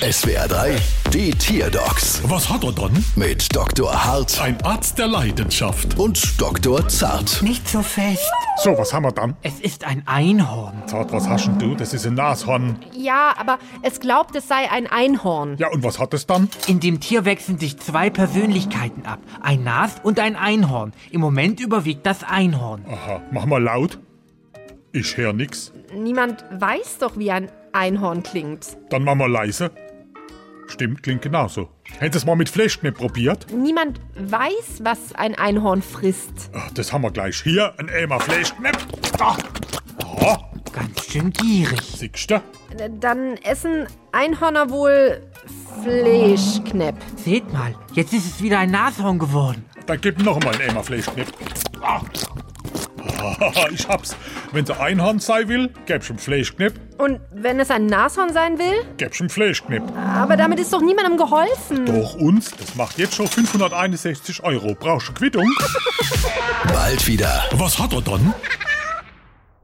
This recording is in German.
SWR 3, die Tierdocs Was hat er dann? mit Dr. Hart Ein Arzt der Leidenschaft. und Dr. Zart. Nicht so fest. So, was haben wir dann? Es ist ein Einhorn. Zart, was hast denn du? Das ist ein Nashorn. Ja, aber es glaubt, es sei ein Einhorn. Ja, und was hat es dann? In dem Tier wechseln sich zwei Persönlichkeiten ab. Ein Nas und ein Einhorn. Im Moment überwiegt das Einhorn. Aha, mach mal laut. Ich hör nix. Niemand weiß doch, wie ein Einhorn klingt. Dann mach mal leise. Stimmt, klingt genauso. Hättest es mal mit Fleischknepp probiert? Niemand weiß, was ein Einhorn frisst. Ach, Ah, das haben wir gleich. Hier, ein Eimer Fleischknepp. Ah. Ah, Ganz schön gierig. siehste? Dann essen Einhörner wohl Fleischknepp. Seht mal, jetzt ist es wieder ein Nashorn geworden. Dann gib noch mal ein Eimer Fleischknepp. Ah. Ah, ich hab's. Wenn's ein Einhorn sein will, gäb's ihm Fleischknepp. Und wenn es ein Nashorn sein will? Gäb's ihm Fleischknepp. Aber damit ist doch niemandem geholfen. Doch uns, das macht jetzt schon 561 Euro. Brauchst du Quittung? Bald wieder. Was hat er dann?